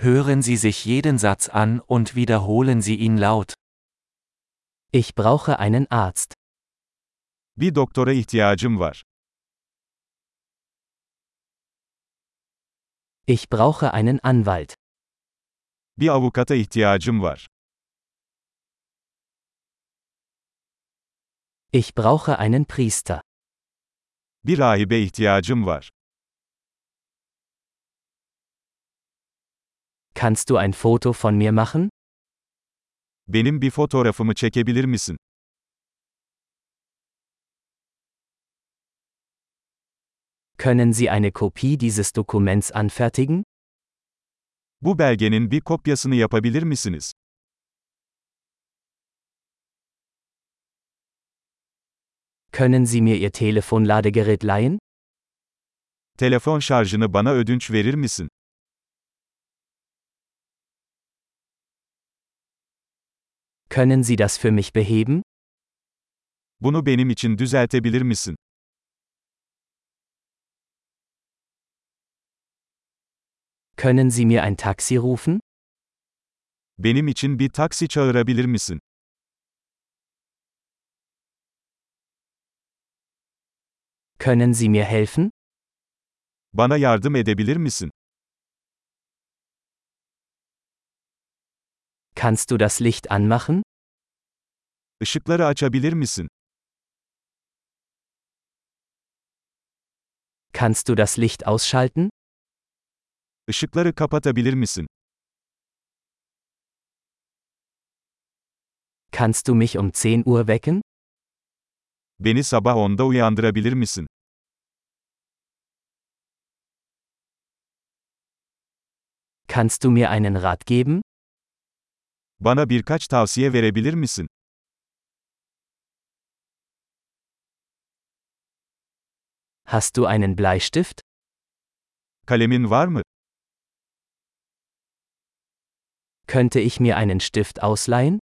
Hören Sie sich jeden Satz an und wiederholen Sie ihn laut. Ich brauche einen Arzt. Bir doktora ihtiyacım var. Ich brauche einen Anwalt. Bir avukata ihtiyacım var. Ich brauche einen Priester. Bir rahibe ihtiyacım var. Kannst du ein Foto von mir machen? Benim bir fotoğrafımı çekebilir misin? Können Sie eine Kopie dieses Dokuments anfertigen? Bu belgenin bir kopyasını yapabilir misiniz? Können Sie mir Ihr Telefonladegerät leihen? Telefon şarjını bana ödünç verir misin? Können Sie das für mich beheben? Bunu benim için düzeltebilir misin? Können Sie mir ein Taxi rufen? Benim için bir taksi çağırabilir misin? Können Sie mir helfen? Bana yardım edebilir misin? Kannst du das Licht anmachen? Işıkları açabilir misin? Kannst du das Licht ausschalten? Işıkları kapatabilir misin? Kannst du mich um 10 Uhr wecken? Beni sabah 10'da uyandırabilir misin? Kannst du mir einen Rat geben? Bana birkaç tavsiye verebilir misin? Hast du einen Bleistift? Kalemin var mı? Könnte ich mir einen Stift ausleihen?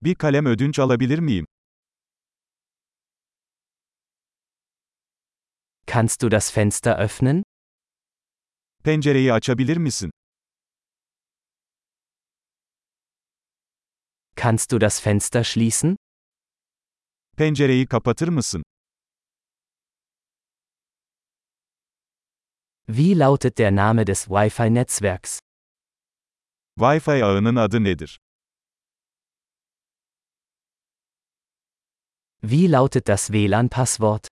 Bir kalem ödünç alabilir miyim? Kannst du das Fenster öffnen? Pencereyi açabilir misin? Kannst du das Fenster schließen? Pencereyi kapatır mısın? Wie lautet der Name des Wi-Fi-Netzwerks? Wi-Fi ağının adı nedir? Wie lautet das WLAN-Passwort?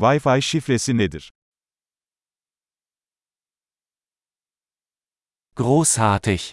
Wi-Fi şifresi nedir? Großartig!